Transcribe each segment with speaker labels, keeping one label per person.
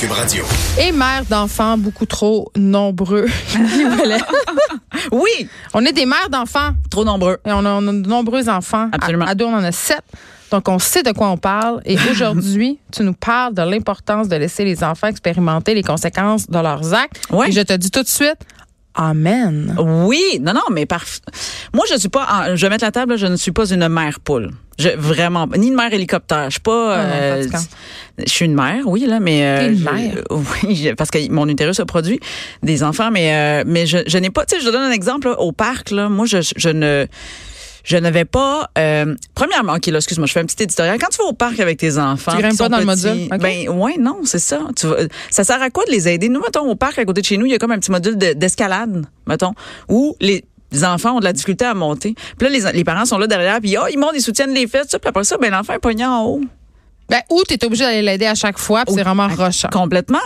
Speaker 1: Cube Radio.
Speaker 2: Et mères d'enfants beaucoup trop nombreux. Camille Ouellet.
Speaker 3: Oui,
Speaker 2: on est des mères d'enfants
Speaker 3: trop nombreux.
Speaker 2: et on a, on a de nombreux enfants.
Speaker 3: Absolument.
Speaker 2: À, à deux, on en a sept. Donc, on sait de quoi on parle. Et aujourd'hui, tu nous parles de l'importance de laisser les enfants expérimenter les conséquences de leurs actes.
Speaker 3: Ouais.
Speaker 2: Et je te dis tout de suite, Amen.
Speaker 3: Oui, non, non, mais parf... moi je suis pas, en- je vais mettre la table, là, je ne suis pas une mère poule. Je, vraiment, pas. ni une mère hélicoptère. Je suis pas.
Speaker 2: Ah non,
Speaker 3: euh,
Speaker 2: pratiquant.
Speaker 3: je suis une mère, oui là, mais euh,
Speaker 2: T'es une
Speaker 3: je-
Speaker 2: mère.
Speaker 3: oui, je- parce que mon utérus a produit des enfants, mais euh, mais je, je n'ai pas. Tu sais, je te donne un exemple là, au parc là. Moi, je, je ne je ne vais pas. euh, premièrement, ok, là, excuse-moi, je fais un petit éditorial. Quand tu vas au parc avec tes enfants,
Speaker 2: Tu grimpes
Speaker 3: qui
Speaker 2: pas
Speaker 3: sont
Speaker 2: dans le
Speaker 3: petits,
Speaker 2: module, ok.
Speaker 3: ben, ben, ouais, non, c'est ça. Tu vas- ça sert à quoi de les aider? Nous, mettons, au parc à côté de chez nous, il y a comme un petit module de- d'escalade, mettons, où les les enfants ont de la difficulté à monter. Puis là, les, les parents sont là derrière, puis oh, ils montent, ils soutiennent les fesses, ça, puis après ça, ben, l'enfant est pogné en haut.
Speaker 2: Ben, ou tu es obligé d'aller l'aider à chaque fois, puis c'est vraiment rochant.
Speaker 3: Ah, Complètement.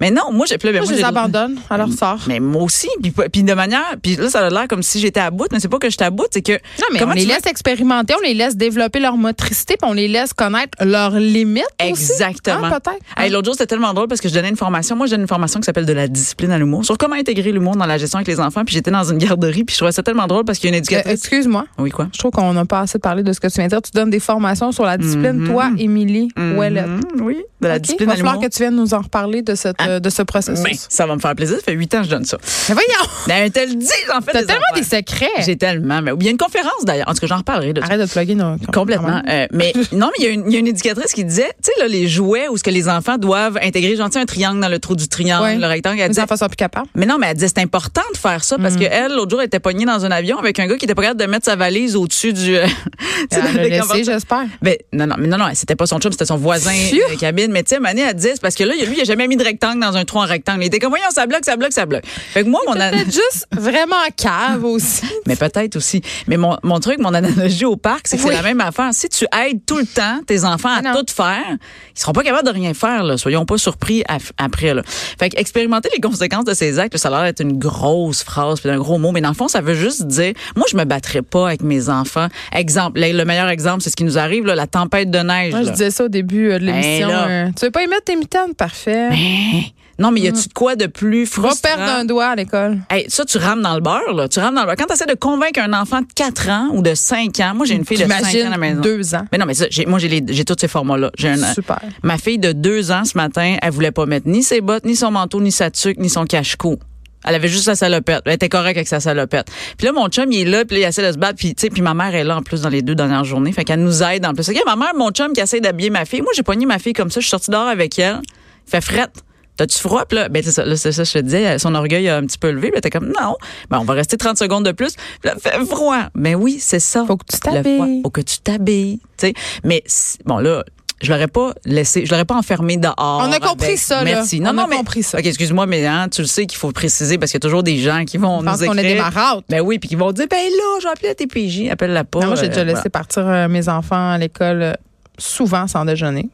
Speaker 3: Mais non, ben, moi, j'ai plus
Speaker 2: Moi, je les abandonne à leur sort.
Speaker 3: Mais moi aussi. Puis, pas- puis de manière. Puis là, ça a l'air comme si j'étais à bout, mais c'est pas que j'étais à bout, c'est que.
Speaker 2: Non, mais
Speaker 3: comment
Speaker 2: on les
Speaker 3: tu veux-
Speaker 2: laisse expérimenter, on les laisse développer leur motricité, puis on les laisse connaître leurs limites aussi.
Speaker 3: Exactement.
Speaker 2: Hein, peut-être.
Speaker 3: Hey, L'autre jour, c'était tellement drôle parce que je donnais une formation. Moi, je donne une formation qui s'appelle de la discipline à l'humour, sur comment intégrer l'humour dans la gestion avec les enfants. Puis j'étais dans une garderie, puis je trouvais ça tellement drôle parce qu'il y a une
Speaker 2: Euh,
Speaker 3: éducatrice.
Speaker 2: Excuse-moi.
Speaker 3: oui, quoi?
Speaker 2: Je trouve qu'on n'a pas assez parlé de ce que tu viens de dire. Tu donnes des formations sur la discipline, toi, Émilie Ouellet.
Speaker 3: Mhm, oui, de
Speaker 2: Hmm, OK,
Speaker 3: la
Speaker 2: Il
Speaker 3: discipline
Speaker 2: va
Speaker 3: Ah. à
Speaker 2: falloir
Speaker 3: l'humour.
Speaker 2: que tu viennes nous en reparler de, cette, euh, de ce processus.
Speaker 3: Mais ça va me faire plaisir. Ça fait huit ans que je donne ça.
Speaker 2: Mais voyons,
Speaker 3: Ben, te le dis, j'en fais
Speaker 2: t'as
Speaker 3: des
Speaker 2: tellement
Speaker 3: affaires.
Speaker 2: des secrets.
Speaker 3: J'ai tellement. Mais... Il y a une conférence d'ailleurs. En tout cas, j'en reparlerai de ça.
Speaker 2: Arrête de te plugger. non,
Speaker 3: Complètement. Euh, mais non, mais il y a une- il y, a une éducatrice qui disait, tu sais, là, les jouets ou ce que les enfants doivent intégrer, genre, tu sais, un triangle dans le trou du triangle,
Speaker 2: Ouais.
Speaker 3: le rectangle. Elle
Speaker 2: Les
Speaker 3: disait,
Speaker 2: enfants sont plus capables.
Speaker 3: Mais non, mais elle dit c'est important de faire ça
Speaker 2: Mm.
Speaker 3: parce que elle l'autre jour elle était pognée dans un avion avec un gars qui était pas capable de mettre sa valise au-dessus du. euh, tu sais,
Speaker 2: Elle
Speaker 3: dans
Speaker 2: le
Speaker 3: les
Speaker 2: laisser,
Speaker 3: compartiments.
Speaker 2: j'espère.
Speaker 3: Ben, non, non, mais non, non, c'était pas son chum, c'était son voisin
Speaker 2: Phew!
Speaker 3: de cabine. Mais tu sais, Mané, elle dit, c'est parce que là, lui, il a jamais mis de rectangle dans un trou en rectangle. Il était comme, voyons, ça bloque, ça bloque, ça bloque. Fait que moi, mon, an-
Speaker 2: Peut-être juste vraiment cave aussi.
Speaker 3: mais peut-être aussi. Mais mon, mon truc, mon analogie au parc, c'est que
Speaker 2: Oui.
Speaker 3: c'est la même affaire. Si tu aides tout le temps tes enfants à
Speaker 2: Mais non.
Speaker 3: tout faire, ils seront pas capables de rien faire. Là. Soyons pas surpris à- après. Là. Fait que expérimenter les conséquences de ces actes, ça a l'air d'être une grosse phrase, puis un gros mot. Mais dans le fond, ça veut juste dire, moi, je me battrai pas avec mes enfants. Exemple, le le meilleur exemple, c'est ce qui nous arrive, là, la tempête de neige.
Speaker 2: Moi, je
Speaker 3: là. Ben
Speaker 2: disais ça au début euh, de l'émission.
Speaker 3: là.
Speaker 2: euh, tu veux pas y mettre tes mitaines? Parfait.
Speaker 3: Hein? Non, mais y a-tu de quoi de plus frustrant?
Speaker 2: Mm. Va perdre un doigt à l'école.
Speaker 3: Hey, ça, tu rames dans le beurre, là. Tu rames dans le beurre. Quand tu essaies de convaincre un enfant de 4 ans ou de 5 ans, moi, j'ai une fille de 5 ans à la
Speaker 2: J'imagine
Speaker 3: maison.
Speaker 2: deux ans.
Speaker 3: Mais non, mais ça, j'ai- moi, j'ai les- j'ai tous ces formats-là. J'ai un-
Speaker 2: Super.
Speaker 3: Ma fille de deux ans ce matin, elle voulait pas mettre ni ses bottes, ni son manteau, ni sa tuque, ni son cache-cou. Elle avait juste sa salopette. Elle était correcte avec sa salopette. Puis là, mon chum, il est là, puis là, il essaie de se battre. Puis, tu sais, puis ma mère est là, en plus, dans les deux dernières journées. Fait qu'elle nous aide, en plus. Fait que ma mère, mon chum, qui essaie d'habiller ma fille. Moi, j'ai pogné ma fille comme ça. Je suis sortie dehors avec elle. Il fait frette. T'as-tu froid? Puis là, ben, c'est ça, là, c'est ça, je te disais, son orgueil a un petit peu levé. Puis elle était comme, non, ben, on va rester 30 secondes de plus. Puis là, fait froid. Ben oui, c'est ça.
Speaker 2: Faut que tu
Speaker 3: Le froid.
Speaker 2: t'habilles.
Speaker 3: Faut que tu t'habilles. tu sais. Mais, si- bon, là, je l'aurais pas laissé, je l'aurais pas enfermé dehors.
Speaker 2: On a
Speaker 3: avec-
Speaker 2: compris ça, là.
Speaker 3: Merci.
Speaker 2: On
Speaker 3: Non, non,
Speaker 2: a
Speaker 3: mais-
Speaker 2: compris ça.
Speaker 3: OK, excuse-moi, mais hein, tu le sais qu'il faut préciser parce qu'il y a toujours des gens qui vont
Speaker 2: Je
Speaker 3: nous
Speaker 2: pense
Speaker 3: écrire.
Speaker 2: qu'on est des maraudes.
Speaker 3: Ben oui, puis qui vont dire, ben là, j'ai appelé la TPJ, appelle-la pas.
Speaker 2: Non, moi, j'ai déjà
Speaker 3: euh,
Speaker 2: laissé partir euh, mes enfants à l'école euh, souvent sans déjeuner.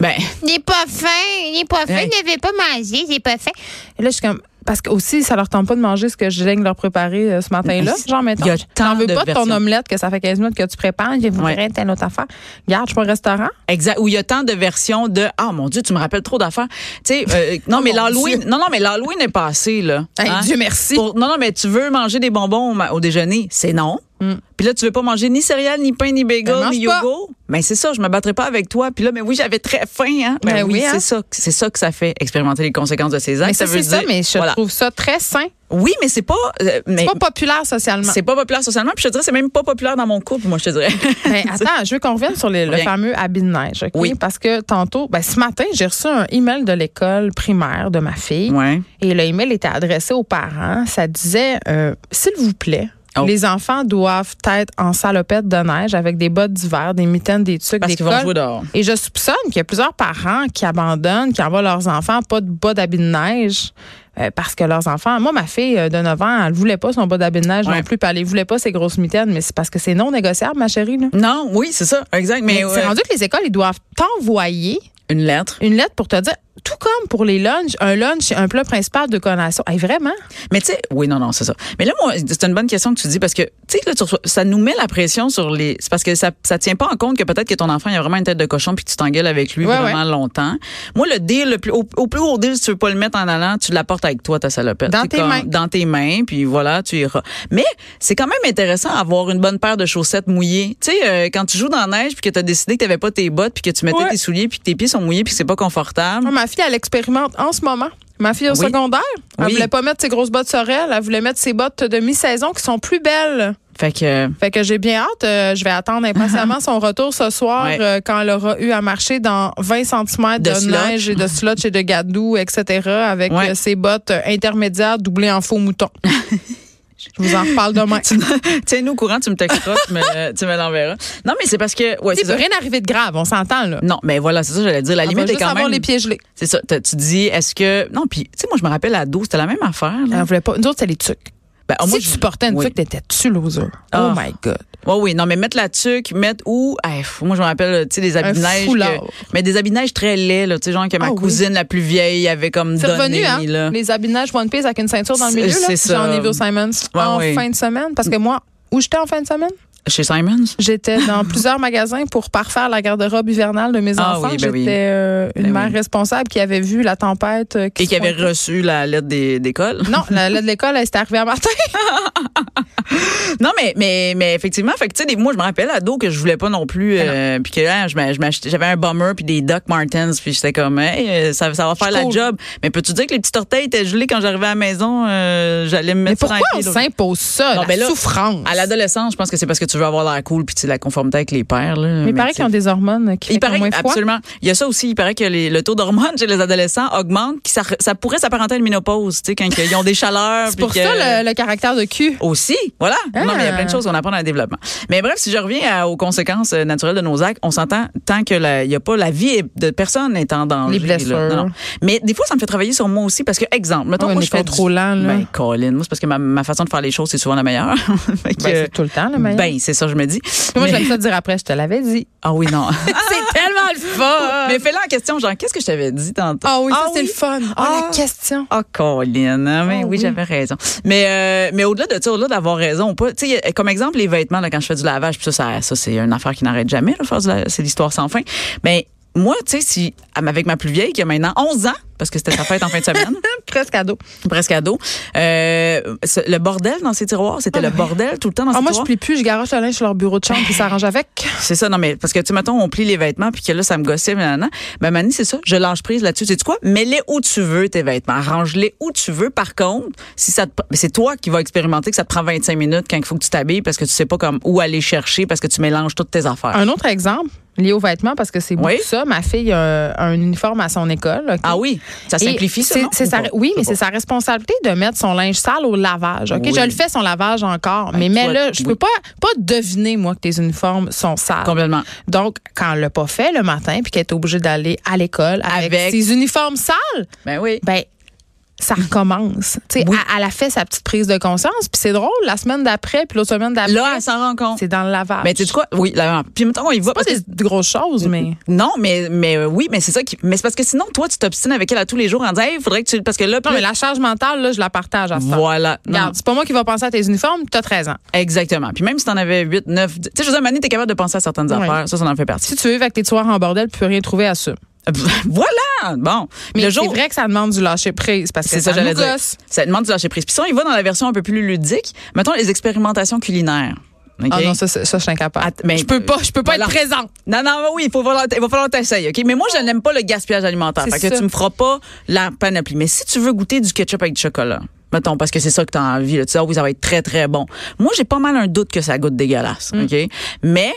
Speaker 3: Ben,
Speaker 4: Il n'est pas fin, il n'est pas fin,
Speaker 3: Hey.
Speaker 4: il n'avait pas mangé, il n'est pas fin.
Speaker 2: Et là, je suis comme. Parce que aussi, ça leur tente pas de manger ce que je viens de leur préparer euh, ce matin-là.
Speaker 3: Mais
Speaker 2: Genre, mettons,
Speaker 3: il y a
Speaker 2: j'en
Speaker 3: tant
Speaker 2: veux
Speaker 3: de
Speaker 2: pas de ton
Speaker 3: versions.
Speaker 2: omelette que ça fait 15 minutes que tu prépares. Je voudrais telle autre affaire. Regarde, je suis au restaurant.
Speaker 3: Exact. Où il y a tant de versions de Ah mon Dieu, tu me rappelles trop d'affaires. Tu sais, euh, non, mais
Speaker 2: Oh mon
Speaker 3: l'Halloween.
Speaker 2: Dieu.
Speaker 3: Non, non, mais l'Halloween est passé, là.
Speaker 2: Hey,
Speaker 3: Hein?
Speaker 2: Dieu merci.
Speaker 3: Pour- non, non, mais tu veux manger des bonbons au, ma- au déjeuner, c'est non. Puis là, tu veux pas manger ni céréales, ni pain, ni
Speaker 2: Mm. Ben,
Speaker 3: bagel,
Speaker 2: mange
Speaker 3: ni
Speaker 2: pas.
Speaker 3: yogourt. Mais c'est ça, je me battrai pas avec toi. Puis là, mais oui, j'avais très faim, hein. Ben,
Speaker 2: Ben
Speaker 3: oui,
Speaker 2: oui, hein.
Speaker 3: c'est ça, c'est ça que ça fait, expérimenter les conséquences de ces actes.
Speaker 2: mais ça,
Speaker 3: veut
Speaker 2: c'est ça,
Speaker 3: dire-
Speaker 2: mais je
Speaker 3: voilà.
Speaker 2: trouve ça très sain.
Speaker 3: Oui, mais c'est pas, euh, mais
Speaker 2: C'est pas populaire socialement.
Speaker 3: c'est pas populaire socialement. Puis je te dirais, c'est même pas populaire dans mon couple, moi je te dirais.
Speaker 2: Mais attends, je veux qu'on revienne sur les- le
Speaker 3: Bien.
Speaker 2: fameux habit de neige. ok?
Speaker 3: Oui.
Speaker 2: Parce que tantôt, ben, ce matin, j'ai reçu un email de l'école primaire de ma fille.
Speaker 3: ouais.
Speaker 2: Et le email était adressé aux parents. Ça disait euh, S'il vous plaît,
Speaker 3: Oh.
Speaker 2: les enfants doivent être en salopette de neige avec des bottes d'hiver, des mitaines, des tucs,
Speaker 3: Parce
Speaker 2: des
Speaker 3: qu'ils vont
Speaker 2: cols.
Speaker 3: jouer dehors.
Speaker 2: Et je soupçonne qu'il y a plusieurs parents qui abandonnent, qui envoient leurs enfants pas de bas d'habit de neige. euh, parce que leurs enfants, moi, ma fille euh, de 9 ans, elle voulait pas son bas d'habit de neige
Speaker 3: Ouais.
Speaker 2: non plus, puis elle les voulait pas ses grosses mitaines, mais c'est parce que c'est non négociable, ma chérie. Là.
Speaker 3: Non, oui, c'est ça, exact. Mais,
Speaker 2: Mais c'est
Speaker 3: ouais,
Speaker 2: rendu que les écoles, ils doivent t'envoyer
Speaker 3: une lettre.
Speaker 2: une lettre pour te dire tout comme pour les lunchs, un lunch, c'est un plat principal de collation. Hey, vraiment?
Speaker 3: Mais tu sais, oui, non, non, c'est ça. Mais là, moi, c'est une bonne question que tu dis parce que, tu sais, là, tu reçois- ça nous met la pression sur les. C'est parce que ça, ça tient pas en compte que peut-être que ton enfant, il a vraiment une tête de cochon puis que tu t'engueules avec lui
Speaker 2: Ouais,
Speaker 3: vraiment longtemps. Moi, le deal, le plus, au, au plus haut deal, si tu veux pas le mettre en allant, tu l'apportes avec toi, ta salopette.
Speaker 2: Dans
Speaker 3: C'est
Speaker 2: tes mains.
Speaker 3: Dans tes mains, puis voilà, tu iras. Mais c'est quand même intéressant avoir une bonne paire de chaussettes mouillées. Tu sais, euh, quand tu joues dans la neige puis que tu as décidé que tu pas tes bottes puis que tu mettais
Speaker 2: Ouais.
Speaker 3: tes souliers puis que tes pieds sont mouillés puis que c'est pas confortable.
Speaker 2: Moi, ma fille, elle expérimente en ce moment. Ma fille au
Speaker 3: Oui.
Speaker 2: secondaire, elle
Speaker 3: Oui.
Speaker 2: voulait pas mettre ses grosses bottes sorel, elle voulait mettre ses bottes de mi-saison qui sont plus belles.
Speaker 3: Fait que.
Speaker 2: Fait que j'ai bien hâte. euh, je vais attendre impatiemment son retour ce soir
Speaker 3: Ouais.
Speaker 2: euh, quand elle aura eu à marcher dans 20 cm de,
Speaker 3: De slotch.
Speaker 2: neige et de slotch et de gadou, etc. avec
Speaker 3: Ouais.
Speaker 2: euh, ses bottes euh, intermédiaires doublées en faux mouton. je vous en reparle demain.
Speaker 3: Tu- Tiens-nous au courant, tu me texteras, tu me, tu me l'enverras. Non, mais c'est parce que. Ouais,
Speaker 2: Il
Speaker 3: c'est
Speaker 2: peut
Speaker 3: ça.
Speaker 2: rien arriver de grave, on s'entend là.
Speaker 3: Non, mais voilà, c'est ça, j'allais dire. La
Speaker 2: Elle va
Speaker 3: limite est
Speaker 2: Ah, bah, juste
Speaker 3: quand
Speaker 2: avoir
Speaker 3: même.
Speaker 2: les pieds gelés.
Speaker 3: C'est ça. t'as- Tu dis, est-ce que. Non, puis, tu sais, moi, je me rappelle à dos, c'était la même affaire.
Speaker 2: Elle
Speaker 3: Là.
Speaker 2: voulait pas. Nous autres, c'est les tucs.
Speaker 3: Ben,
Speaker 2: Ah, si
Speaker 3: moi,
Speaker 2: tu
Speaker 3: je-
Speaker 2: portais une
Speaker 3: oui.
Speaker 2: tuque, t'étais-tu loser?
Speaker 3: Ah.
Speaker 2: Oh my God.
Speaker 3: Oui, oui. Non, mais mettre la tuque, mettre où. Ah, pff, moi, je me rappelle, tu sais, des habits
Speaker 2: Un
Speaker 3: de neige.
Speaker 2: foulard.
Speaker 3: que- mais des habits de neige très laids, là. Tu sais, genre que ma
Speaker 2: Ah oui.
Speaker 3: cousine la plus vieille avait comme
Speaker 2: C'est revenu,
Speaker 3: donné.
Speaker 2: hein?
Speaker 3: là.
Speaker 2: Les habinages One Piece avec une ceinture dans le
Speaker 3: C'est-
Speaker 2: milieu, là.
Speaker 3: c'est ça.
Speaker 2: J'en ai vu au Simons
Speaker 3: Ouais,
Speaker 2: en
Speaker 3: ouais.
Speaker 2: fin de semaine. Parce que moi, où j'étais en fin de semaine?
Speaker 3: Chez Simons?
Speaker 2: J'étais dans plusieurs magasins pour parfaire la garde-robe hivernale de mes
Speaker 3: Ah
Speaker 2: enfants.
Speaker 3: oui, ben oui.
Speaker 2: J'étais euh, une
Speaker 3: Ben
Speaker 2: mère
Speaker 3: oui.
Speaker 2: responsable qui avait vu la tempête. euh,
Speaker 3: Et
Speaker 2: se
Speaker 3: qui avait
Speaker 2: pointait.
Speaker 3: reçu la lettre des- d'école.
Speaker 2: Non, la lettre de l'école, elle s'était arrivée à matin.
Speaker 3: Non, mais, mais, mais effectivement, fait que, tu sais, des- moi, je me rappelle à dos que je voulais pas non plus, euh, puis que là, je m'a- je m'achetais- j'avais un bummer puis des Doc Martens, puis j'étais comme, hey, euh, ça, ça va faire la
Speaker 2: Cool.
Speaker 3: job. Mais peux-tu dire que les petits orteils étaient gelés quand j'arrivais à la maison, euh, j'allais me
Speaker 2: Mais
Speaker 3: mettre sur
Speaker 2: pourquoi
Speaker 3: un
Speaker 2: on
Speaker 3: pied, là.
Speaker 2: s'impose ça?
Speaker 3: Non,
Speaker 2: la
Speaker 3: ben là,
Speaker 2: souffrance.
Speaker 3: À l'adolescence, je pense que c'est parce que tu veux avoir l'air cool puis tu sais, la conformité avec les pères, là.
Speaker 2: Mais il paraît
Speaker 3: tu sais,
Speaker 2: qu'ils ont des hormones qui
Speaker 3: il
Speaker 2: font
Speaker 3: paraît
Speaker 2: moins
Speaker 3: que-
Speaker 2: froid.
Speaker 3: absolument. Il y a ça aussi. Il paraît que les- le taux d'hormones chez les adolescents augmente, qui ça, ça pourrait s'apparenter à une ménopause, tu sais, quand ils ont des chaleurs.
Speaker 2: C'est
Speaker 3: puis
Speaker 2: pour
Speaker 3: que-
Speaker 2: ça le, le caractère de cul.
Speaker 3: aussi, voilà. Non, mais il y a
Speaker 2: Ah.
Speaker 3: plein de choses qu'on apprend dans le développement. Mais bref, si je reviens à- aux conséquences euh, naturelles de nos actes, on s'entend tant que la- il y a pas la vie est- de personne est en danger.
Speaker 2: Les blessures.
Speaker 3: là. Non, non. Mais des fois, ça me fait travailler sur moi aussi parce que exemple, mettons
Speaker 2: Ouais,
Speaker 3: moi
Speaker 2: mais
Speaker 3: je fais
Speaker 2: t'es trop lent, là.
Speaker 3: Ben, Colin, moi c'est parce que ma, ma façon de faire les choses c'est souvent la meilleure. Fait que,
Speaker 2: Ben, c'est tout le temps, le meilleur.
Speaker 3: ben, c'est ça je me dis.
Speaker 2: Moi,
Speaker 3: Mais-
Speaker 2: j'aime ça dire après, je Euh. te l'avais dit.
Speaker 3: Ah oui non.
Speaker 2: c'est tellement le fun!
Speaker 3: mais fais-la en question, genre qu'est-ce que je t'avais dit tantôt
Speaker 2: Ah oui, ça, c'est le fun. Ah,
Speaker 3: Ah.
Speaker 2: la question.
Speaker 3: Ah, Colin, hein, mais
Speaker 2: Ah
Speaker 3: oui,
Speaker 2: oui.
Speaker 3: j'avais raison. Mais euh, mais au-delà de ça, au-delà d'avoir raison ou pas, tu sais, y a- comme exemple les vêtements là, quand je fais du lavage, puis ça, ça, ça, c'est une affaire qui n'arrête jamais, là, faire du la- c'est l'histoire sans fin. Mais moi, tu sais, si avec ma plus vieille qui a maintenant 11 ans, parce que c'était sa fête en fin de semaine,
Speaker 2: Presque ado.
Speaker 3: presque ado, euh, ce- le bordel dans ses tiroirs, c'était le bordel tout le temps dans
Speaker 2: Ah,
Speaker 3: ses
Speaker 2: moi, je
Speaker 3: tiroirs.
Speaker 2: plie plus, je garoche le linge sur leur bureau de chambre puis s'arrange avec.
Speaker 3: C'est ça, non, mais parce que, tu sais, mettons, on plie les vêtements, puis que là, ça me gossait, maintenant. Ben, Mani, c'est ça, je lâche prise là-dessus. Tu sais quoi? Mets-les où tu veux, tes vêtements. Range-les où tu veux. Par contre, si ça te, pr- c'est toi qui vas expérimenter que ça te prend 25 minutes quand il faut que tu t'habilles parce que tu sais pas comme où aller chercher parce que tu mélanges toutes tes affaires.
Speaker 2: Un autre exemple lié aux vêtements, parce que c'est beaucoup
Speaker 3: Oui.
Speaker 2: ça. Ma fille a un, un uniforme à son école. ok?
Speaker 3: Ah oui? Ça
Speaker 2: Et
Speaker 3: simplifie ça,
Speaker 2: c'est-
Speaker 3: non?
Speaker 2: c'est
Speaker 3: Ou
Speaker 2: sa-
Speaker 3: pas?
Speaker 2: oui,
Speaker 3: Je
Speaker 2: mais
Speaker 3: sais
Speaker 2: c'est sa responsabilité de mettre son linge sale au lavage. Ok,
Speaker 3: Oui.
Speaker 2: Je le fais son lavage encore,
Speaker 3: Ben,
Speaker 2: mais, mais
Speaker 3: toi,
Speaker 2: là, je
Speaker 3: oui.
Speaker 2: peux pas, pas deviner, moi, que tes uniformes sont sales.
Speaker 3: pas. Complètement.
Speaker 2: Donc, quand elle l'a pas fait le matin, puis qu'elle est obligée d'aller à l'école avec,
Speaker 3: Avec-
Speaker 2: ses uniformes sales,
Speaker 3: Ben oui.
Speaker 2: ben ça recommence. Tu sais,
Speaker 3: Oui.
Speaker 2: elle, elle a fait sa petite prise de conscience, puis c'est drôle, la semaine d'après, puis l'autre semaine d'après,
Speaker 3: Là, elle s'en rend compte.
Speaker 2: c'est dans le lavage.
Speaker 3: Mais tu sais quoi? Oui, là, puis mettons, il va.
Speaker 2: pas
Speaker 3: parce que-
Speaker 2: des grosses choses, mais.
Speaker 3: Non, mais, mais euh, oui, mais c'est ça qui. Mais c'est parce que sinon, toi, tu t'obstines avec elle à tous les jours en disant, il faudrait que tu. Parce que là,
Speaker 2: Non, mais la charge mentale, là, je la partage à ce temps.
Speaker 3: voilà. Non, non.
Speaker 2: Regarde, c'est pas moi qui va penser à tes uniformes, t'as 13 ans.
Speaker 3: Exactement. Puis même si t'en avais 8, 9, 10, tu sais, je veux dire, Mané, t'es capable de penser à certaines
Speaker 2: Ouais.
Speaker 3: affaires. Ça, ça en fait partie. Euh,
Speaker 2: Si tu veux, avec tes tiroirs en bordel, tu peux rien trouver à ça.
Speaker 3: voilà! Bon.
Speaker 2: Mais
Speaker 3: le
Speaker 2: c'est
Speaker 3: jour.
Speaker 2: vrai que ça demande du lâcher prise parce que
Speaker 3: C'est
Speaker 2: ça,
Speaker 3: ça, que j'allais
Speaker 2: nous
Speaker 3: dire.
Speaker 2: gosse.
Speaker 3: Ça demande du lâcher prise. Puis si on y va dans la version un peu plus ludique, mettons les expérimentations culinaires. OK?
Speaker 2: Ah non, ça, ça, ça, je suis incapable.
Speaker 3: Att- mais-
Speaker 2: je peux pas, je peux pas
Speaker 3: Voilà.
Speaker 2: être présente.
Speaker 3: Non, non, mais oui, il, faut falloir, il va falloir t'essayer, OK? Mais moi, je n'aime pas le gaspillage alimentaire.
Speaker 2: C'est
Speaker 3: Fait que
Speaker 2: ça.
Speaker 3: tu me feras pas la panoplie. Mais si tu veux goûter du ketchup avec du chocolat, mettons, parce que c'est ça que t'as envie, là, tu sais, ah oui, ça va être très, très bon. Moi, j'ai pas mal un doute que ça goûte dégueulasse,
Speaker 2: Mm.
Speaker 3: OK? Mais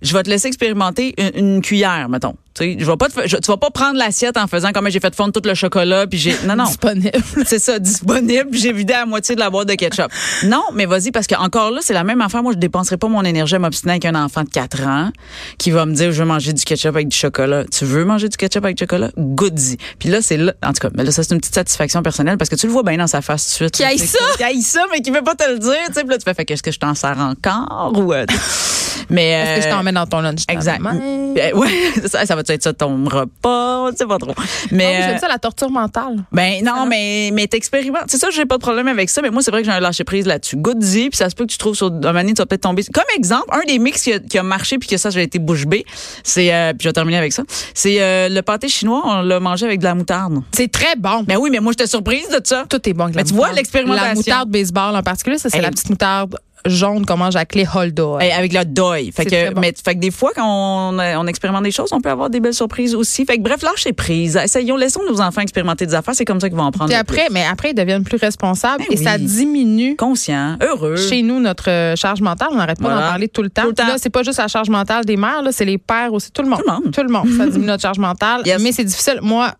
Speaker 3: je vais te laisser expérimenter une, une cuillère, mettons. Tu sais, je vais pas te fa- je- tu vas pas prendre l'assiette en faisant comme j'ai fait fondre tout le chocolat, puis j'ai... Non, non.
Speaker 2: Disponible.
Speaker 3: C'est ça, disponible. puis J'ai vidé la moitié de la boîte de ketchup. Non, mais vas-y, parce que encore là, c'est la même affaire. Moi, je dépenserai pas mon énergie à m'obstiner avec un enfant de 4 ans qui va me dire, je veux manger du ketchup avec du chocolat. Tu veux manger du ketchup avec du chocolat? Goody. Puis là, c'est là, en tout cas, mais là, ça, c'est une petite satisfaction personnelle parce que tu le vois bien dans sa face tout de suite.
Speaker 2: Qui haït ça!
Speaker 3: Qui haït ça, mais qui veut pas te le dire. Tu sais, puis là, tu fais, fait que est-ce que je t'en sers encore ou, euh, mais,
Speaker 2: Est-ce que je t'emmène dans ton lunch?
Speaker 3: Euh, Exact.
Speaker 2: demain?
Speaker 3: Euh, ouais, ça, ça va va-tu être ça ton repas? Tu sais pas trop.
Speaker 2: Mais
Speaker 3: Mais,
Speaker 2: Ah
Speaker 3: euh,
Speaker 2: j'aime ça la torture mentale.
Speaker 3: ben non, mais mais t'expérimentes. C'est ça, j'ai pas de problème avec ça, mais moi c'est vrai que j'ai un lâcher prise là-dessus. Goody, puis ça se peut que tu trouves sur un moment donné, tu vas peut-être tomber. Comme exemple, un des mix qui a, qui a marché puis que ça j'ai été bouche bée, c'est euh, puis je vais terminer avec ça. C'est euh, le pâté chinois, on l'a mangé avec de la moutarde.
Speaker 2: C'est très bon.
Speaker 3: Ben oui, mais moi j'étais surprise de ça.
Speaker 2: Tout est bon. avec la
Speaker 3: Mais tu vois,
Speaker 2: moutarde.
Speaker 3: l'expérimentation.
Speaker 2: La moutarde baseball en particulier, ça c'est
Speaker 3: Hey.
Speaker 2: la petite moutarde jaune qu'on mange à clé Holdo.
Speaker 3: Eh, avec le deuil.
Speaker 2: C'est
Speaker 3: Fait que,
Speaker 2: très bon.
Speaker 3: mais, fait que des fois, quand on, euh, on expérimente des choses, on peut avoir des belles surprises aussi. Fait que bref, lâchez prise. Essayons, laissons nos enfants expérimenter des affaires. C'est comme ça qu'ils vont en prendre.
Speaker 2: Puis
Speaker 3: le plus.
Speaker 2: après, mais après ils deviennent plus responsables
Speaker 3: Ben
Speaker 2: et ça
Speaker 3: oui.
Speaker 2: diminue
Speaker 3: conscient, heureux.
Speaker 2: chez nous notre euh, charge mentale. On n'arrête pas
Speaker 3: Voilà.
Speaker 2: d'en parler tout le temps.
Speaker 3: Tout le temps.
Speaker 2: Là, c'est pas juste la charge mentale des mères, là, c'est les pères aussi, tout le monde.
Speaker 3: Tout le monde.
Speaker 2: Ça diminue notre charge mentale.
Speaker 3: Yes.
Speaker 2: Mais c'est difficile. Moi,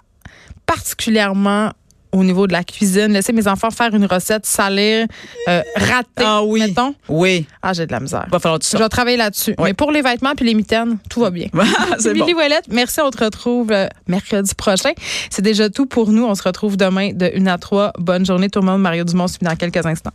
Speaker 2: particulièrement au niveau de la cuisine, laisser mes enfants faire une recette salée, euh, ratée,
Speaker 3: Ah oui.
Speaker 2: mettons.
Speaker 3: Oui,
Speaker 2: Ah, j'ai de la misère.
Speaker 3: va falloir tout
Speaker 2: Je
Speaker 3: ça.
Speaker 2: vais travailler là-dessus.
Speaker 3: Ouais.
Speaker 2: Mais pour les vêtements puis les mitaines, tout va bien.
Speaker 3: C'est bon.
Speaker 2: Billy Ouellette, merci. On te retrouve euh, mercredi prochain. C'est déjà tout pour nous. On se retrouve demain de 1 à 3. Bonne journée tout le monde. Mario Dumont suit dans quelques instants.